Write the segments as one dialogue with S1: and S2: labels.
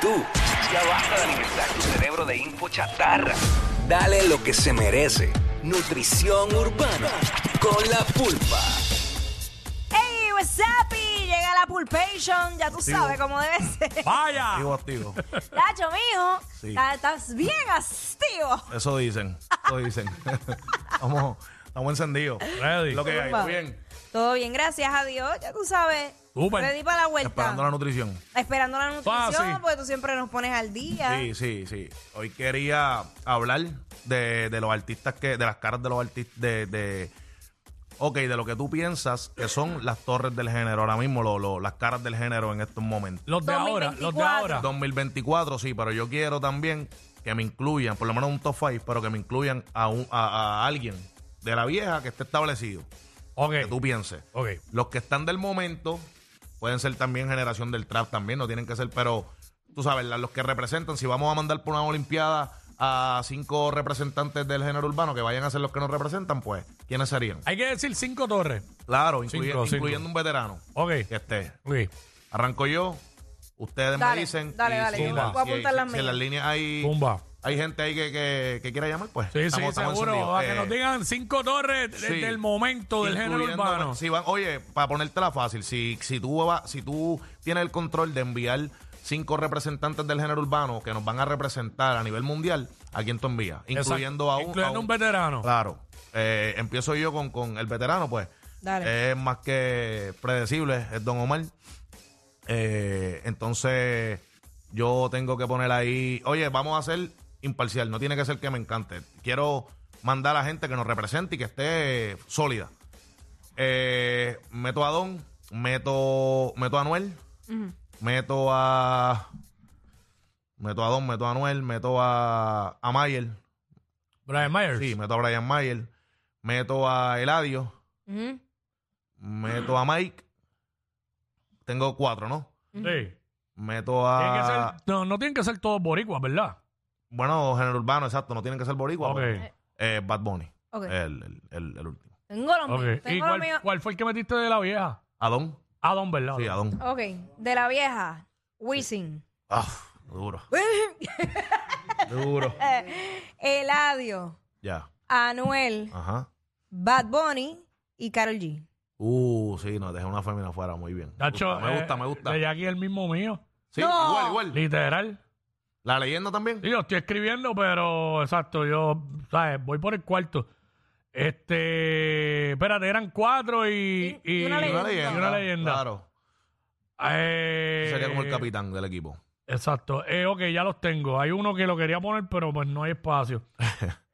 S1: tú. Ya basta de alimentar tu cerebro de info chatarra. Dale lo que se merece. Nutrición urbana con la pulpa.
S2: ¡Hey, what's up? Y Llega la Pulpation, ya tú
S3: Activo.
S2: sabes cómo debe ser.
S3: ¡Vaya!
S4: Activo, activo.
S2: Nacho, mijo,
S4: Sí.
S2: ta- estás bien activo.
S4: Eso dicen, eso dicen. Estamos, estamos encendidos.
S3: Ready.
S4: Lo que hay,
S2: Zumba.
S4: ¿todo bien.
S2: Todo bien, gracias a Dios, ya tú sabes.
S3: Súper.
S2: Ready para la vuelta.
S4: Esperando la nutrición.
S2: Esperando la nutrición,
S3: Fácil.
S2: porque tú siempre nos pones al día.
S4: Sí, sí, sí. Hoy quería hablar de, de los artistas que, de las caras de los artistas, de, de, ok, de lo que tú piensas que son las torres del género ahora mismo, lo- lo- las caras del género en estos momentos.
S3: Los de ahora, los de
S2: 2024.
S3: ahora.
S4: 2024, sí, pero yo quiero también que me incluyan, por lo menos un top 5, pero que me incluyan a, un- a- a alguien de la vieja que esté establecido,
S3: Ok,
S4: que tú pienses.
S3: ok.
S4: Los que están del momento pueden ser también generación del trap también, no tienen que ser, pero tú sabes, la- los que representan, si vamos a mandar por una olimpiada a cinco representantes del género urbano que vayan a ser los que nos representan, pues, ¿quiénes serían?
S3: Hay que decir cinco torres.
S4: Claro,
S3: Cinco,
S4: incluye-
S3: cinco.
S4: incluyendo un veterano
S3: Ok,
S4: que esté.
S3: ok.
S4: Arranco yo, ustedes
S2: Dale,
S4: me dicen.
S2: dale, dale,
S4: si,
S3: yo voy a
S4: si-
S2: apuntar
S4: si-
S2: las
S4: si
S2: mías.
S4: en las líneas hay,
S3: Pumba.
S4: hay gente ahí que, que- que quiera llamar, pues.
S3: Sí,
S4: estamos-
S3: sí,
S4: estamos
S3: seguro.
S4: encendidos.
S3: A que
S4: Eh,
S3: nos digan cinco torres de-
S4: Sí.
S3: del momento, del género
S4: Incluyendo, pues,
S3: urbano.
S4: Si van, oye, para ponértela fácil, si, si, tú, va- si tú tienes el control de enviar cinco representantes del género urbano que nos van a representar a nivel mundial, ¿a quién tú envías?
S3: Exacto.
S4: Incluyendo a un,
S3: Incluyendo
S4: a
S3: un veterano.
S4: Claro. Eh, empiezo yo con, con el veterano, pues.
S2: Dale.
S4: Es más que predecible, es Don Omar. Eh, entonces, yo tengo que poner ahí. Oye, vamos a ser imparcial, no tiene que ser que me encante. Quiero mandar a gente que nos represente y que esté sólida. Eh, meto a Don, meto, meto a Anuel, meto a. Meto a Don, meto a Anuel, meto a, a Mayer.
S3: Brian Myers.
S4: Sí, meto a Brian Mayer, meto a Eladio,
S2: Ujú.
S4: meto a Mike. Tengo cuatro, ¿no?
S3: Sí.
S4: Meto
S3: Tienen que ser-
S4: a.
S3: no, no tienen que ser todos boricuas, ¿verdad?
S4: Bueno, género urbano, exacto, no tienen que ser boricua.
S3: Ok.
S4: pero- Eh, Bad Bunny,
S2: Ok.
S4: el, el- el- el último.
S2: Tengo lo mío.
S3: Ok. ¿Y
S2: Tengo lo mío.
S3: cuál, cuál fue el que metiste de la vieja?
S4: Adón,
S3: Adon, ¿verdad?
S4: sí, Adón.
S2: Ok, de la vieja, Wisin.
S4: Ah, duro. duro.
S2: Eladio,
S4: Ya,
S2: Anuel,
S4: ajá.
S2: Bad Bunny y Carol G.
S4: Uh, sí, no, dejé una fémina afuera, muy bien. Me
S3: Nacho,
S4: gusta, me
S3: eh,
S4: gusta, me gusta.
S3: De Jackie el mismo mío.
S4: Sí,
S2: No.
S4: igual, igual.
S3: Literal.
S4: La leyenda también.
S3: Sí, yo estoy escribiendo, pero exacto, yo, ¿sabes? Voy por el cuarto. Este, espérate, eran cuatro y.
S2: Y- y una
S4: Y
S2: leyenda.
S4: una leyenda.
S3: y una leyenda.
S4: Claro.
S3: Eh,
S4: Sería como el capitán del equipo.
S3: Exacto. Eh, ok, ya los tengo. Hay uno que lo quería poner, pero pues no hay espacio.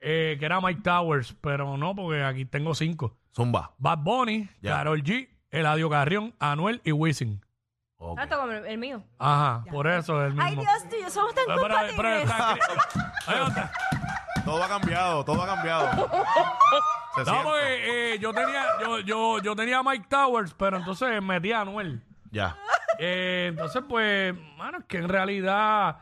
S3: Eh, que era Mike Towers, pero no, porque aquí tengo cinco.
S4: Zumba.
S3: Bad Bunny,
S4: Ya.
S3: Carol G, Eladio Carrión, Anuel y Wisin.
S4: Ok.
S5: Ah,
S2: Tanto Ah, como el, el mío.
S3: Ajá, por eso es el mismo. Eh,
S2: Ay, Dios tío, somos tan
S3: Pero, pero,
S2: compatibles.
S3: pero está escrito. Ahí está.
S4: Todo ha cambiado, todo ha cambiado. Se
S3: No,
S4: siente.
S3: porque eh, yo tenía, yo, yo, yo tenía a Mike Towers, pero entonces metí a Anuel.
S4: Ya.
S3: Eh, entonces, pues, mano, es que en realidad.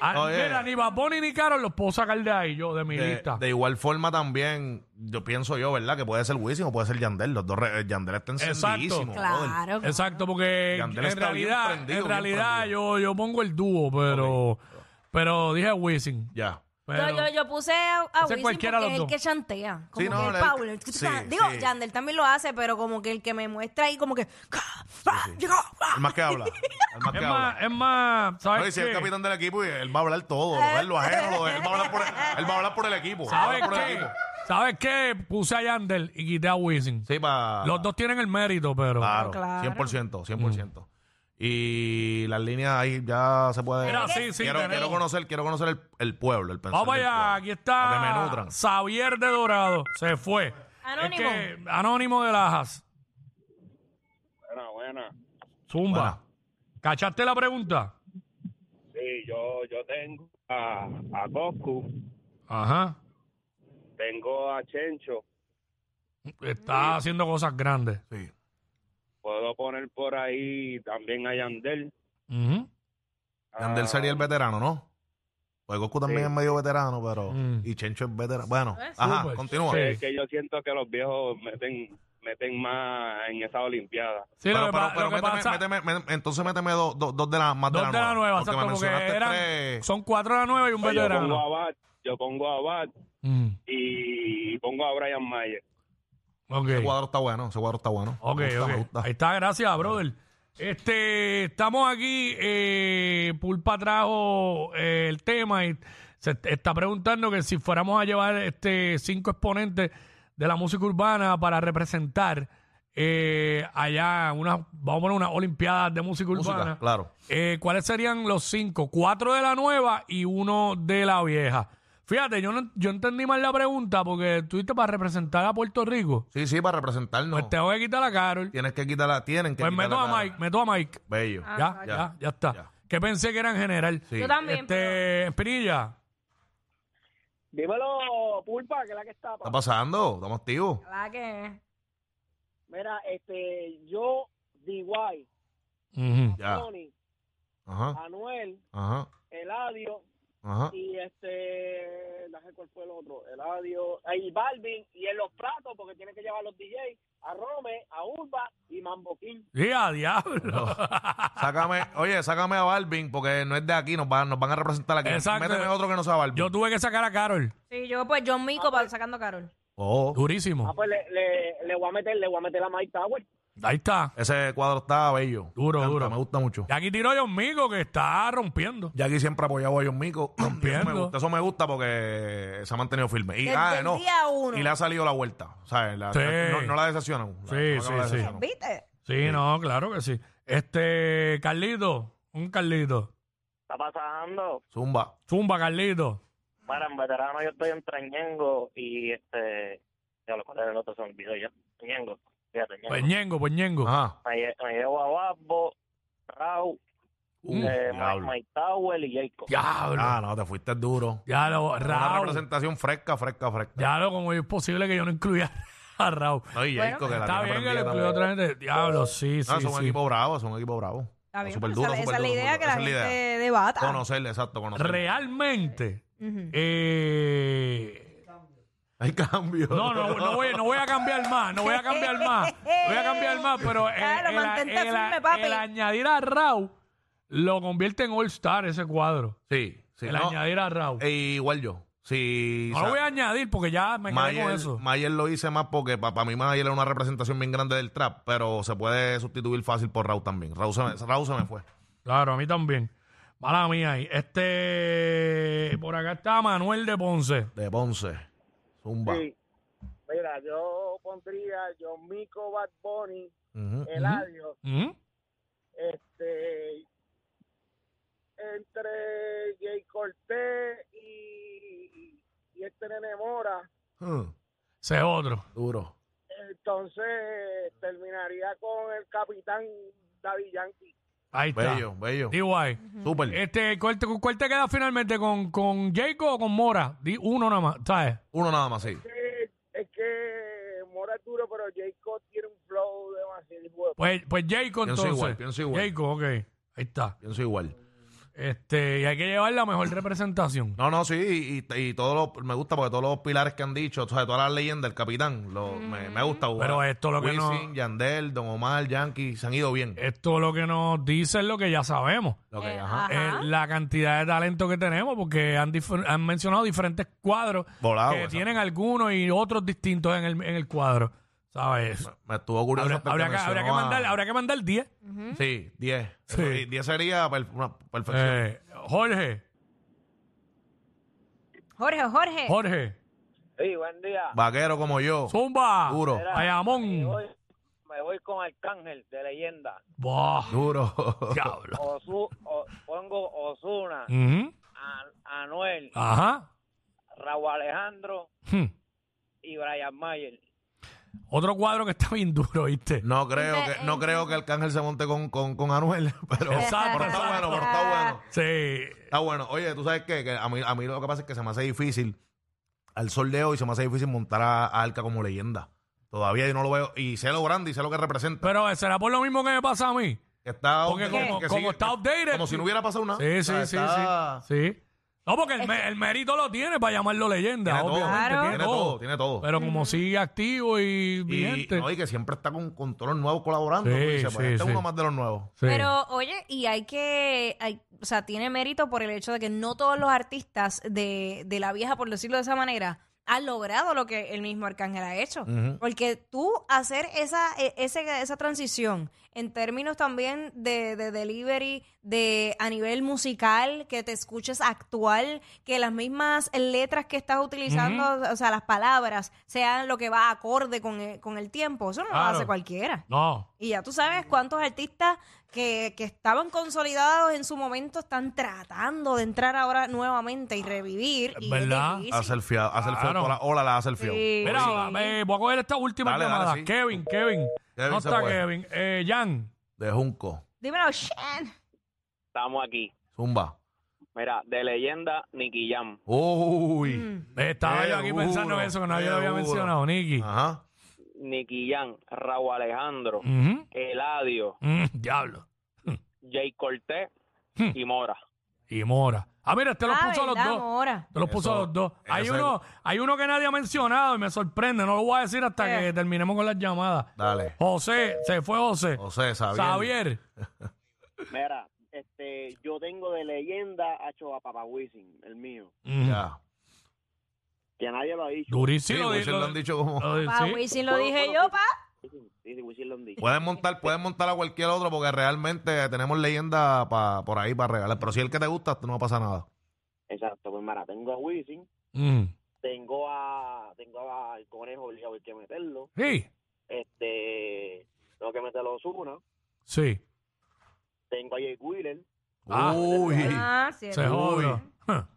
S3: Ah,
S4: Oye.
S3: Mira, ni Bad Bunny ni Carol los puedo sacar de ahí yo, de mi
S4: De,
S3: lista.
S4: Eh, de igual forma también, yo pienso yo, ¿verdad? Que puede ser Wisin o puede ser Yandel. Los dos, re- eh, Yandel está
S3: Exacto.
S4: encendidísimo. brother.
S2: Claro.
S3: Exacto, porque
S4: Yandel
S3: en
S4: está bien
S3: realidad,
S4: prendido,
S3: en
S4: bien
S3: realidad
S4: prendido.
S3: yo, yo pongo el dúo, pero, pero dije Wisin.
S4: Ya.
S3: Pero,
S2: yo, yo, yo puse a, a
S3: Ese
S2: Wisin porque
S3: cualquiera de
S2: es
S3: los
S2: el
S3: dos.
S2: que chantea. Como
S4: Sí, no,
S2: que el
S4: la-
S2: Paul.
S4: sí,
S2: Digo,
S4: sí.
S2: Yandel también lo hace, pero como que el que me muestra ahí como que... Llegó.
S4: El más que habla. El más
S3: es,
S4: que
S3: más,
S4: habla.
S3: es más,
S4: No, y
S3: ¿sabes
S4: si es el
S3: qué?
S4: capitán del equipo, y él va a hablar todo. Lo, lo ajeno, lo- él, va a hablar por, él va a hablar por el equipo. él va a
S3: ¿Sabes
S4: hablar por el
S3: qué?
S4: equipo.
S3: ¿Sabes qué? Puse a Yandel y quité a Wisin.
S4: Sí, para.
S3: Los dos Mm. tienen el mérito, pero...
S4: Claro,
S2: Claro.
S4: 100%, 100%. Y las líneas ahí ya se puede.
S3: Mira, sí, sí,
S4: quiero,
S3: tenemos.
S4: quiero conocer, quiero conocer el, el pueblo, el pensamiento.
S3: Vamos allá, aquí
S4: Para que me
S3: está
S4: nutran.
S3: Xavier de Dorado. Se fue.
S2: Anónimo.
S3: Es que- anónimo de Lajas.
S6: Buena, buena.
S3: Zumba.
S4: Buena.
S3: ¿Cachaste la pregunta?
S6: Sí, yo, yo tengo a, a Goku,
S3: Ajá.
S6: tengo a Chencho.
S3: Está haciendo cosas grandes.
S4: Sí.
S6: Puedo poner por ahí también a Yandel.
S3: Ujú.
S4: Yandel
S6: Ah,
S4: sería el veterano, ¿no? Pues Goku también
S6: Sí.
S4: es medio veterano, pero.
S3: Mm.
S4: Y Chencho es veterano. Bueno,
S2: Eh,
S4: ajá,
S3: súper.
S4: continúa.
S3: Sí.
S6: Es que yo siento que los viejos meten, meten más en esa Olimpiada.
S3: Sí, lo
S4: pero, pero-
S3: que pa-
S4: pero
S3: lo que
S4: méteme-
S3: pasa-
S4: méteme- méteme- entonces méteme dos, dos, dos de las más
S3: Dos de la nueva,
S4: porque
S3: exacto, porque
S4: mencionaste
S3: eran-
S4: tres.
S3: son cuatro de la nueva y un
S6: Pues yo pongo
S3: veterano.
S6: a Abad, yo pongo a Abad
S3: Mm,
S6: y pongo a Brian Mayer.
S3: ok,
S4: Ese cuadro está bueno, ese cuadro está bueno.
S3: ok,
S4: Me gusta,
S3: ok.
S4: me gusta.
S3: Ahí está, gracias, brother. Este, estamos aquí, eh, Pulpa trajo eh, el tema y se está preguntando que si fuéramos a llevar este cinco exponentes de la música urbana para representar eh, allá una, vamos a poner unas olimpiadas de música
S4: Música,
S3: urbana.
S4: claro.
S3: Eh, ¿Cuáles serían los cinco? Cuatro de la nueva y uno de la vieja. Fíjate, yo no, yo entendí mal la pregunta porque tú dijiste para representar a Puerto Rico.
S4: Sí, sí, para representarnos.
S3: Pues te voy a quitar a Carol.
S4: Tienes que quitarla, tienen que
S3: Pues
S4: quitar
S3: meto
S4: la
S3: a
S4: cara.
S3: Mike, meto a Mike.
S4: Bello.
S3: Ya, ya,
S4: ya,
S3: ya, está.
S4: ya.
S3: Que pensé que era en general.
S4: Sí.
S5: Yo también. pero-
S3: Este, Espinilla,
S7: Dímelo, Pulpa, que es la que está.
S4: ¿Está
S7: pa.
S4: pasando? Estamos activos.
S2: La que
S7: Mira, este, yo, DY,
S3: Ujú.
S4: Ya.
S7: Tony,
S4: Ajá,
S7: Anuel,
S4: ajá,
S7: Eladio
S4: ajá.
S7: y este, no sé cuál fue el otro, Eladio, ahí Balvin y en los platos porque tienen que llevar los DJs a Rome, a Urba y Mambo King.
S3: Sí, a diablo.
S4: Sácame, oye, sácame a Balvin porque no es de aquí, nos van, nos van a representar aquí.
S3: Exacto.
S4: Méteme otro que no sea Balvin.
S3: Yo tuve que sacar a Carol.
S5: Sí, yo pues John Mico para sacando a Carol.
S4: Oh,
S7: Ah,
S3: Durísimo.
S7: pues le, le, le voy a meter, le voy a meter a Mike Tower.
S3: Ahí está.
S4: ese cuadro está bello.
S3: Duro,
S4: Me encanta,
S3: duro.
S4: Me gusta mucho.
S3: Y aquí tiró a John Mico que está rompiendo.
S4: Jackie siempre apoyaba a John Mico. Y Eso me
S3: Rompiendo.
S4: gusta, eso me gusta porque se ha mantenido firme. Y,
S2: Desde
S4: ah,
S2: el
S4: no,
S2: día uno.
S4: y le ha salido la vuelta. ¿sabes? La-
S3: Sí.
S4: no, no la decepcionan. La-
S3: Sí,
S4: no
S3: sí,
S4: la
S3: sí.
S4: decepcionan.
S2: ¿Viste?
S3: Sí, no, claro que sí. Este, Carlito, un Carlito.
S8: está pasando?
S4: Zumba.
S3: Zumba, Carlito.
S8: Para en veterano yo estoy en Trañengo y este... Ya lo cual era el otro, se me olvidó ya. Trañengo. Fíjate, Ñengo.
S3: Pues ñengo, pues ñengo.
S4: Ajá.
S8: Me, lle- me llevo a Babbo, Rau,
S4: Uh,
S8: eh, Mike,
S4: diablo.
S8: Mike Tower y Jacob.
S3: Diablo.
S4: Ah, no, te fuiste duro.
S3: Ya lo,
S4: Una
S3: Raúl.
S4: representación fresca, fresca, fresca.
S3: Ya lo, como es posible que yo no incluya a Raúl.
S4: No, y Jacob, que la
S3: Está
S4: tiene
S3: bien que
S4: prendida
S3: le incluya a
S4: también.
S3: otra gente. Diablo, sí, sí,
S4: No, son un
S3: sí.
S4: equipo bravo, son un equipo bravo.
S2: Está bien,
S5: pues,
S4: Súper
S2: pero
S4: duro,
S2: esa,
S4: súper
S2: esa es la
S4: duro,
S2: idea
S4: súper
S2: que la
S4: duro. Esa es la idea.
S2: gente debata.
S4: Conocerle, exacto, conocerle.
S3: Realmente,
S2: Ujú.
S3: eh,
S4: Hay cambio.
S3: no, no, no voy, no voy a cambiar más, no voy a cambiar más, no voy a cambiar más, pero el,
S2: Claro,
S3: el-
S2: mantente
S3: el-
S2: firme, papi.
S3: el añadir a Raúl lo convierte en All Star ese cuadro.
S4: Sí, sí.
S3: el
S4: no,
S3: añadir a Raúl.
S4: e igual yo. Sí,
S3: No lo voy a añadir porque ya me quedé con
S4: Mayer,
S3: eso.
S4: Mayer lo hice más porque para mí Mayer era una representación bien grande del trap, pero se puede sustituir fácil por Raúl también. Raúl se me, Raúl se me fue.
S3: Claro, a mí también. Mala mía ahí. Este, por acá está Manuel de Ponce.
S4: De Ponce. Zumba.
S7: Sí. Mira, yo pondría John Mico, Bad Bunny,
S4: Ujú.
S7: Eladio.
S3: ¿Mm?
S7: este entre Jay Cortés y, y este Nene Mora,
S4: Mm,
S3: Ese es otro.
S4: Duro.
S7: entonces terminaría con el capitán David Yankee.
S3: Ahí está.
S4: Bello, bello.
S3: D.Y.
S4: Súper.
S3: Este, ¿cuál te, cuál te queda finalmente? ¿Con, ¿Con Jacob o con Mora? Di uno nada más, ¿sabes?
S4: Uno nada más, sí.
S7: Es- Es que Mora es duro, pero Jay Cortés tiene un flow demasiado bueno.
S3: Pues, pues Jacob
S4: Pienso
S3: entonces.
S4: igual, pienso igual.
S3: Jacob, ok. Ahí está.
S4: Pienso igual.
S3: Este, y hay que llevar la mejor representación.
S4: No, no, sí, y, y- y todos los, me gusta porque todos los pilares que han dicho, o sea, todas las leyendas del capitán, lo- me, me gusta.
S3: Pero esto lo que no-
S4: Wisin, Yandel, Don Omar, Yankee, se han ido bien.
S3: Esto lo que nos dice es lo que ya sabemos.
S4: Lo que-
S5: Eh,
S4: ajá.
S3: Eh, la cantidad de talento que tenemos, porque han, difer- han mencionado diferentes cuadros
S4: Volado,
S3: que
S4: exacto.
S3: tienen algunos y otros distintos en el, en el cuadro. ¿Sabes?
S4: Me estuvo curioso.
S3: Habría,
S4: hasta el
S3: habría que,
S4: mencionó
S3: habría que
S4: a- Pues
S3: mandar, habría que mandar 10.
S4: Sí, 10.
S3: Sí.
S4: Eso, y 10 sería per- una perfección.
S3: Eh, Jorge,
S2: Jorge,
S5: Eh.
S2: Jorge.
S3: Jorge,
S7: Sí, buen día.
S4: Vaquero como yo.
S3: Zumba,
S4: Duro.
S3: Bayamón.
S7: me voy con Arcángel de leyenda.
S3: Buah,
S4: Duro.
S3: diablo.
S7: Ozu, o- pongo Osuna,
S3: Ujú,
S7: Anuel,
S3: Ajá.
S7: Raúl Alejandro
S3: Hmm.
S7: y Brian Mayer.
S3: Otro cuadro que está bien duro, ¿viste?
S4: No creo que, no creo que Arcángel se monte con, con, con Anuel, pero,
S3: Exacto,
S4: pero está
S3: exacto.
S4: bueno, pero está bueno.
S3: Sí.
S4: Está Ah, bueno. Oye, tú sabes qué? que a mí, a mí lo que pasa es que se me hace difícil al sol de hoy, se me hace difícil montar a, a Arca como leyenda. Todavía yo no lo veo. Y sé lo grande y sé lo que representa.
S3: Pero será por lo mismo que me pasa a mí.
S4: Que está
S3: Porque
S4: outdated,
S3: como-
S4: Ah, que
S3: como está outdated,
S4: Como si no hubiera pasado nada.
S3: Sí,
S4: O
S3: sí,
S4: sea,
S3: sí,
S4: está-
S3: sí. Sí. No, porque el, me- el mérito lo tiene para llamarlo leyenda,
S4: Tiene todo,
S3: obviamente.
S5: Claro.
S4: tiene todo, tiene todo.
S3: Pero como sigue activo y
S4: Y,
S3: vigente.
S4: no, y que siempre está con, con todos los nuevos colaborando.
S3: Sí,
S4: tú dices, pues,
S3: sí,
S4: este es
S3: sí.
S4: uno más de los nuevos.
S3: Sí.
S5: Pero, oye, y hay que, hay- o sea, tiene mérito por el hecho de que no todos los artistas de, de la vieja, por decirlo de esa manera, han logrado lo que el mismo Arcángel ha hecho.
S4: Ujú.
S5: Porque tú hacer esa, e- ese- esa transición en términos también de, de delivery, de a nivel musical, que te escuches actual, que las mismas letras que estás utilizando, o sea, las palabras, sean lo que va acorde con el, con el tiempo, eso no
S3: Claro.
S5: lo hace cualquiera.
S3: No.
S5: Y ya tú sabes cuántos artistas que, que estaban consolidados en su momento están tratando de entrar ahora nuevamente y revivir. Y es
S3: ¿Verdad?
S5: difícil.
S4: Hace el fiado, hace el fiado,
S3: Claro.
S4: toda la ola la hace el fiado.
S5: Sí.
S3: Mira,
S5: Sí.
S3: eh, voy a coger esta última
S4: Dale, dale,
S3: llamada.
S4: sí.
S3: Kevin, Kevin.
S4: Kevin
S3: no
S4: se
S3: está
S4: fue.
S3: Kevin. Eh, Jan.
S4: pues, De Junco,
S5: Dímelo, Shen.
S6: Estamos aquí.
S4: Zumba.
S6: Mira, de leyenda, Nicky Jam.
S4: Uy.
S3: Eh, Estaba
S4: Qué
S3: yo aquí
S4: duro,
S3: pensando en eso que nadie
S4: qué
S3: lo había
S4: duro.
S3: mencionado, Nicky.
S4: Ajá.
S6: Nicky Jam, Raúl Alejandro,
S3: Ujú.
S6: Eladio,
S3: Mm, diablo.
S6: Jay Cortés
S3: Hmm.
S6: y Mora.
S3: Y Mora. Ah, mira, te los
S5: Ah,
S3: puso a los
S5: ¿verdad,
S3: dos.
S5: Mora?
S3: Te los puso a
S4: Eso-
S3: los dos. Hay
S4: eso es-
S3: uno, hay uno que nadie ha mencionado y me sorprende. No lo voy a decir hasta
S5: ¿Qué?
S3: que terminemos con las llamadas.
S4: Dale.
S3: José, se fue José.
S4: José, Xavier.
S3: Xavier.
S7: Mira, este, yo tengo de leyenda a Choa Papa Wisin, el mío.
S3: Mm.
S4: Ya.
S7: Que nadie lo ha dicho.
S4: Sí,
S3: Durísimo. lo
S4: lo,
S3: di- Ah. lo-
S4: han dicho como...
S3: lo di-
S5: Pa,
S3: sí.
S5: Wisin, lo
S7: Puedo-
S5: dije
S7: puedo-
S5: yo, pa.
S7: Wisin, sí, sí, Wisin lo han dicho.
S4: Pueden montar, pueden montar a cualquier otro porque realmente tenemos leyenda pa- por ahí para regalar. Pero si el que te gusta, no va a pasar nada.
S7: Exacto, pues mira, tengo a Wisin,
S3: Mm.
S7: tengo a, tengo a el conejo obligado, hay que meterlo.
S3: Sí.
S7: Este, tengo que meterlo a Osuna,
S3: Sí.
S7: tengo a Jay Wheeler
S3: Ah.
S4: Uy.
S5: Ah, cierto.
S3: Se jodió. Huh.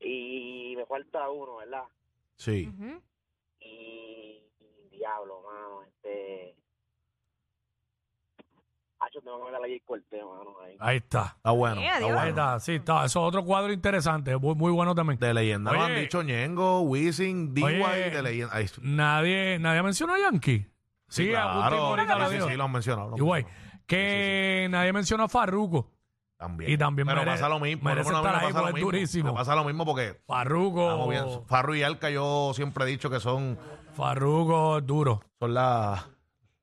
S7: y me falta uno, ¿verdad?
S4: Sí.
S5: Ujú.
S7: Y, y diablo, mano, este. Ah, yo tengo que meter a Jay Cortés, mano, ahí.
S3: Ahí está.
S4: Está bueno.
S5: Sí,
S4: está
S5: adiós.
S3: Ahí
S4: bueno.
S3: está, sí, está. Eso es otro cuadro interesante, muy, muy bueno también.
S4: De leyenda lo
S3: Oye.
S4: han dicho Ñengo, Wisin, D.Y.
S3: Oye.
S4: de leyenda. Ay, sí,
S3: Nadie, nadie mencionó a Yankee. Sí, Agustín
S4: claro.
S3: ahorita la
S4: Sí, sí,
S3: dijo.
S4: sí, lo han mencionado. lo han
S3: Igual,
S4: mencionado.
S3: que nadie mencionó a Farruco.
S4: También.
S3: Y también
S4: Pero
S3: mere-
S4: pasa lo mismo.
S3: merece
S4: no, no, no,
S3: estar ahí,
S4: pasa lo
S3: pues,
S4: mismo.
S3: durísimo. Oh.
S4: No pasa lo mismo porque estamos bien.
S3: Farruco.
S4: Farru y Alca yo siempre he dicho que son,
S3: Farruco es duro.
S4: son la,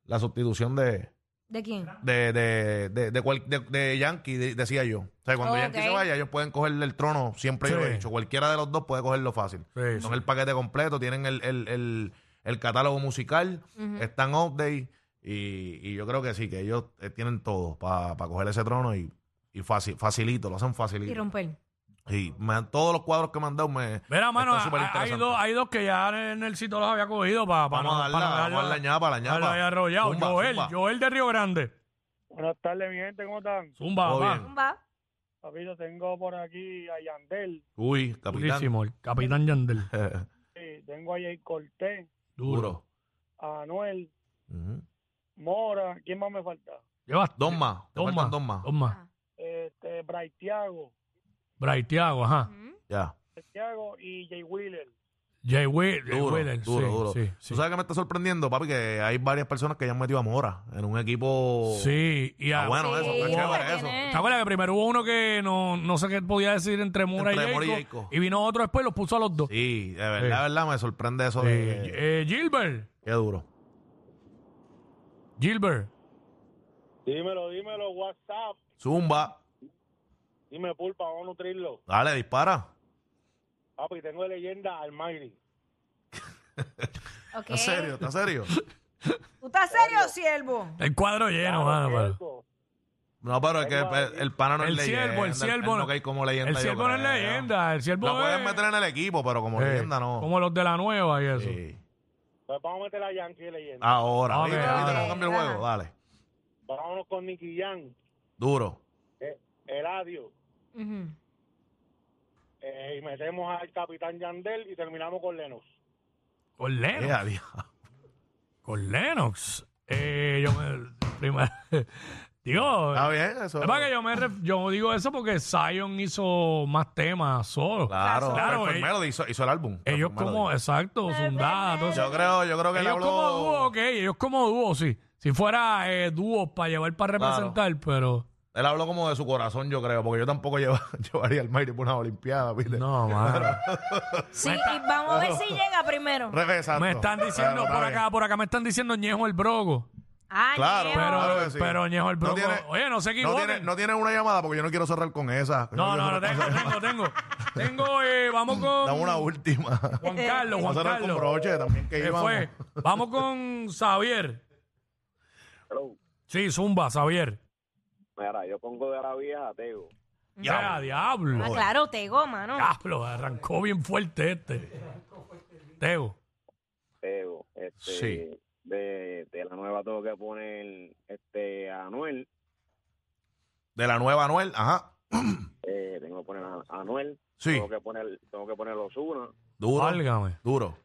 S4: la sustitución de,
S5: ¿De quién?
S4: de, de, de, de, cual- de- de Yankee, de- decía yo. O sea, cuando
S5: Ok.
S4: Yankee se vaya, ellos pueden coger el trono, siempre yo lo
S3: Sí.
S4: he dicho. Cualquiera de los dos puede cogerlo fácil.
S3: Sí,
S4: Son
S3: sí.
S4: el paquete completo, tienen el, el, el, el catálogo musical, están update y, y yo creo que sí, que ellos eh, tienen todo para coger ese trono y, y fácil, facilito, lo hacen
S5: Y
S4: facilito.
S5: romper.
S4: Y me han- todos los cuadros que me han dado me...
S3: Mira, mano,
S4: están
S3: hay- hay
S4: superinteresantes.
S3: dos, hay dos que ya en el sitio los había cogido para, para,
S4: Vamos a darla, vamos a dar la ñapa, la ñapa.
S3: arrollado.
S4: Zumba,
S3: Joel,
S4: zumba.
S3: Joel de Río Grande.
S6: Buenas tardes, mi gente, ¿cómo están?
S3: Zumba,
S4: Todo
S3: papá.
S4: bien.
S5: Va.
S6: Papito, tengo por aquí a Yandel,
S4: Uy, capitán.
S3: Durísimo, el Capitán Yandel.
S6: sí, tengo a Jay Cortés,
S3: Duro.
S4: Duro.
S6: a Anuel,
S4: Ujú.
S6: Mora, ¿quién más me falta?
S3: Llevas
S4: Dos más, te
S3: Dos
S4: faltan
S3: más.
S4: dos más.
S3: Dos más.
S6: Este, Braithiago,
S3: Braithiago, ajá.
S5: Ujú.
S4: Ya.
S6: Thiago y Jay Wheeler.
S3: Jay Wheeler. Jay
S4: Duro,
S3: Wheeler,
S4: duro,
S3: sí,
S4: duro.
S3: Sí, sí.
S4: ¿Tú sabes que me está sorprendiendo, papi? Que hay varias personas que ya han metido a Mora en un equipo...
S3: Sí, y
S4: oh. Está
S3: a,
S4: bueno eso, está
S5: Sí,
S4: chévere eso.
S5: tiene-
S3: ¿Te acuerdas que primero hubo uno que no, no sé qué podía decir entre Mora
S4: Entre
S3: y,
S4: Mora y
S3: Jacob,
S4: Jacob.
S3: y vino otro después y los puso a los dos.
S4: Sí, de verdad,
S3: Sí.
S4: de verdad me sorprende eso
S3: Eh,
S4: de...
S3: eh, Gilbert,
S4: Qué duro.
S3: Gilbert,
S6: Dímelo, dímelo, WhatsApp.
S4: Zumba.
S6: Dime, pulpa, vamos a nutrirlo.
S4: Dale, dispara.
S6: Papi, tengo de leyenda al Mayri.
S5: Ok.
S4: ¿Estás serio? ¿Estás serio?
S5: ¿Tú estás serio, siervo?
S3: el cuadro lleno, mano, pero-
S4: No, pero es que pues, el, el pana no es
S3: El
S4: leyenda.
S3: siervo, el siervo.
S4: no cae como leyenda.
S3: El
S4: yo
S3: siervo no es
S4: creo.
S3: leyenda, el siervo
S4: Lo pueden
S3: es-
S4: meter en el equipo, pero como
S3: eh,
S4: leyenda no.
S3: Como los de la nueva y eso.
S4: Sí.
S6: Pues vamos a meter a Yankee de
S4: Ah.
S6: leyenda.
S4: Ahora,
S3: Ok,
S4: ¿viste?
S3: ok,
S4: ¿Viste cómo cambia el
S5: ajá.
S4: juego? Dale.
S6: Vámonos con Nicky Jan,
S4: Duro.
S6: eh, Eladio,
S5: Ujú.
S6: eh, y metemos al Capitán Yandel y terminamos con Lenos.
S3: Con Lennox.
S4: Eh, adiós.
S3: Con Lennox. Eh, yo me. primero- digo.
S4: Está bien, Ah, eso.
S3: Es para que yo, me ref- yo digo eso porque Zion hizo más temas solo.
S4: Claro,
S3: Claro,
S4: claro.
S3: eh,
S4: Melody hizo, hizo el álbum.
S3: Ellos
S4: Perfect
S3: como,
S4: Melody.
S3: exacto, Zundada, todo eso.
S4: Yo creo, yo creo que él
S3: Ellos
S4: habló.
S3: como dúo, ok, ellos como dúo, sí. Si fuera eh, dúo para llevar para
S4: Claro.
S3: representar, pero
S4: Él habló como de su corazón, yo creo, porque yo tampoco lleva- llevaría al Mayri por una Olimpiada, ¿viste?
S3: No, mano.
S5: Sí, y vamos a ver si llega primero.
S4: Revés,
S3: me están diciendo por acá, por acá me están diciendo ñejo el broco.
S5: Ah,
S4: Claro,
S5: Ñejo.
S3: Pero,
S4: claro que sí.
S3: pero ñejo el
S4: No
S3: broco.
S4: tiene-
S3: oye, no se
S4: No
S3: equivoquen.
S4: tienes no tiene una llamada porque yo no quiero cerrar con esa. Yo
S3: no, no,
S4: quiero
S3: no, tengo,
S4: cerrar con
S3: tengo,
S4: esa.
S3: tengo. Tengo, eh, vamos
S4: Dame
S3: con
S4: una última.
S3: Juan
S4: Vamos
S3: Carlos, Juan
S4: a cerrar con
S3: Carlos.
S4: broche también que
S3: Se
S4: íbamos.
S3: fue. Vamos con Xavier. Sí, Zumba, Xavier.
S6: Mira, yo pongo de la vieja ateo.
S3: Ya, diablo.
S5: Ah, claro, Tego, mano.
S3: Diablo, arrancó bien fuerte este. Teo.
S6: Teo, este,
S4: Sí.
S6: de, de la nueva tengo que poner este, a Anuel,
S4: De la nueva Anuel, ajá.
S6: eh, tengo que poner a a Anuel,
S4: Sí,
S6: tengo que poner, tengo que poner a Ozuna,
S4: duro,
S3: Válgame.
S4: duro.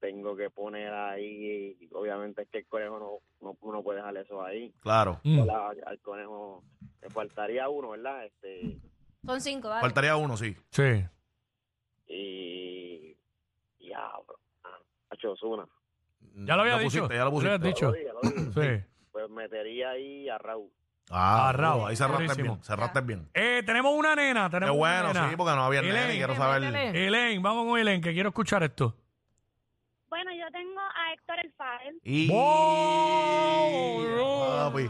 S6: tengo que poner ahí, y obviamente es que el conejo no, no, uno puede dejar eso ahí,
S4: Claro.
S3: Mm.
S6: La- al conejo le faltaría uno, ¿verdad? Este,
S5: Son cinco, dale.
S4: Faltaría uno, sí.
S3: Sí.
S6: y diablo, ah, a- a Ozuna,
S3: Ya lo había
S4: Lo
S3: dicho.
S4: pusiste, ya lo pusiste.
S3: habías dicho.
S6: Ya lo dije.
S3: Sí.
S6: pues metería ahí a Raúl.
S4: Ah,
S3: Arrao.
S4: duro, ahí cerraste
S3: Durísimo.
S4: bien, cerraste bien.
S3: Eh, tenemos una nena.
S4: Qué
S3: Tenemos
S4: bueno,
S3: una nena.
S4: sí, porque no había nene,
S3: Elaine.
S4: quiero
S5: Métele.
S4: saber.
S3: Elaine, vamos con Elaine, que quiero escuchar esto.
S9: Bueno, yo tengo a Héctor El Fael.
S4: Y... Ah,
S3: ¡Wow!
S4: Papi,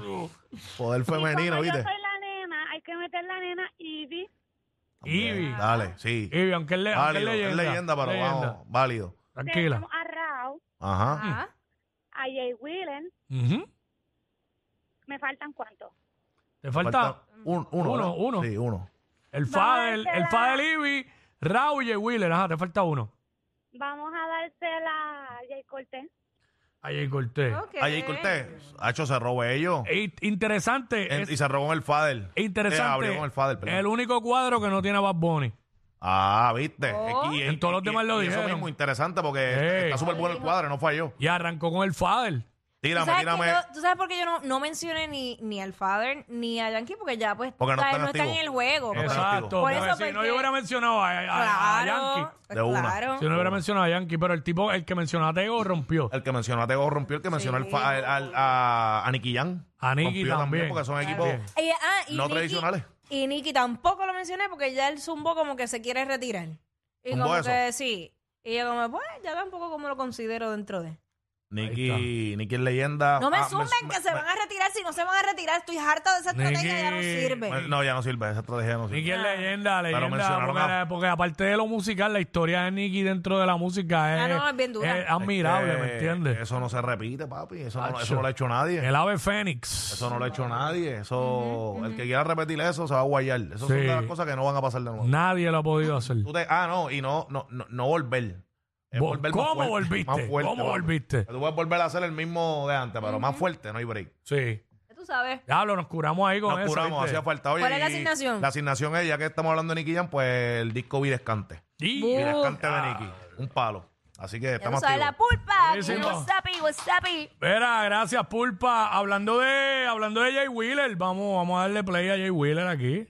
S4: poder femenino,
S9: y como
S4: Pues, ¿viste?
S9: Yo soy la nena, hay que meter la nena Ivy.
S3: Ivy.
S4: Dale, sí.
S3: Ibi, aunque él le aunque él
S4: Válido, es leyenda, pero
S3: leyenda.
S4: vamos, válido.
S3: Tranquila.
S9: Tenemos a Rao,
S4: Ajá.
S3: Mm.
S5: Ajá.
S9: a Jay Willen.
S3: Ujú.
S9: ¿Me faltan cuántos?
S3: Te falta
S4: un- uno.
S3: Uno,
S4: ¿verdad?
S3: uno.
S4: Sí, uno.
S3: el
S9: Vamos a
S3: Fadel, el
S9: dársela.
S3: Fadel Ivy, Raúl y Wheeler. Ajá, te falta uno.
S9: Vamos a dársela a Jay Cortés.
S3: Ahí corté.
S5: Ok.
S4: Allí Cortés, Hacho se robó ellos.
S3: E- interesante.
S4: En-
S3: es-
S4: y se robó en el Fader. Eh,
S3: interesante.
S4: abrió con el Fader, perdón.
S3: el único cuadro que no tiene a Bad Bunny.
S4: Ah, viste.
S5: Oh.
S4: Es que-
S3: En todos los demás lo
S4: y Eso
S3: dijeron. Eh.
S4: mismo, interesante porque
S3: Ey.
S4: está súper bueno el cuadro, no falló.
S3: Y arrancó con el Fadel.
S5: ¿Tú
S4: Tírame,
S5: sabes, que
S4: tírame.
S5: yo- tú sabes por qué yo no, no mencioné ni, ni al Father ni a Yankee? Porque ya pues
S4: Porque no
S5: ¿sabes?
S4: están
S5: están en
S4: activos.
S5: el juego.
S4: No,
S3: Exacto.
S4: pero
S5: Por
S3: porque
S5: eso,
S3: si no,
S5: porque-
S3: yo hubiera mencionado a, a- a- a
S5: Claro.
S3: Yankee.
S5: pues,
S4: De una.
S5: claro.
S3: Si no hubiera mencionado a Yankee, pero el tipo, el que mencionó a Tego, rompió.
S4: El que mencionó a Tego rompió, el que mencionó al, fa- al- al- a, a Nicky Jan.
S3: A Nicky
S4: Rompió
S3: también.
S4: Porque son equipos.
S3: También.
S5: Y- ah, y
S4: No
S5: Nicky-
S4: tradicionales.
S5: Y Nicky tampoco lo mencioné porque ya el Zumbo como que se quiere retirar. Y
S4: Zumbó
S5: como
S4: eso.
S5: que sí. Y yo como, pues, ya tampoco como lo considero dentro de.
S4: Nicky, Nicky es leyenda.
S5: No me
S4: Ah,
S5: zumben que
S4: me-
S5: se van a retirar. Si no se van a retirar, estoy harta de esa estrategia, ya no
S3: Nicky-
S5: sirve.
S4: me- No, ya no sirve, esa estrategia no sirve.
S3: Nicky es leyenda, leyenda.
S4: mencionaron
S3: porque,
S4: a-
S3: porque aparte de lo musical, la historia de Nicky dentro de la música es,
S5: Ah, no, es bien dura.
S3: admirable,
S4: Es que
S3: ¿me entiendes?
S4: Este, Eso no se repite, papi. Eso no,
S3: Acho.
S4: eso no lo ha hecho nadie.
S3: El ave Fénix.
S4: Eso no lo ha hecho nadie. Eso, el que quiera repetir eso se va a guayar. Eso son
S3: Sí.
S4: de las cosas que no van a pasar de nuevo.
S3: Nadie lo ha podido hacer.
S4: Tú te- ah, no, y no, no, no, no volver. Es
S3: Vo-
S4: volver más
S3: ¿Cómo
S4: fuerte,
S3: volviste?
S4: más fuerte,
S3: ¿Cómo
S4: papi.
S3: volviste?
S4: Tú puedes volver a hacer el mismo de antes, pero más fuerte, no hay break.
S3: Sí.
S5: Ya Tú sabes.
S3: Diablo, nos curamos ahí con
S4: Nos
S3: eso.
S4: curamos,
S3: ¿viste?
S4: hacía falta. Oye,
S5: ¿Cuál es la
S4: y
S5: asignación?
S4: La asignación es, ya que estamos hablando de Nicky Jam, pues el disco Videscante.
S3: Y-
S5: Bu-
S4: Videscante de Nicky. Un palo. Así que
S5: Ya tú
S4: estamos
S5: sabes, la
S4: activos.
S5: pulpa.
S3: Buenísimo.
S5: Wasabi, wasabi.
S3: Mira, gracias, Pulpa. Hablando de, hablando de Jay Wheeler, vamos, vamos a darle play a Jay Wheeler aquí.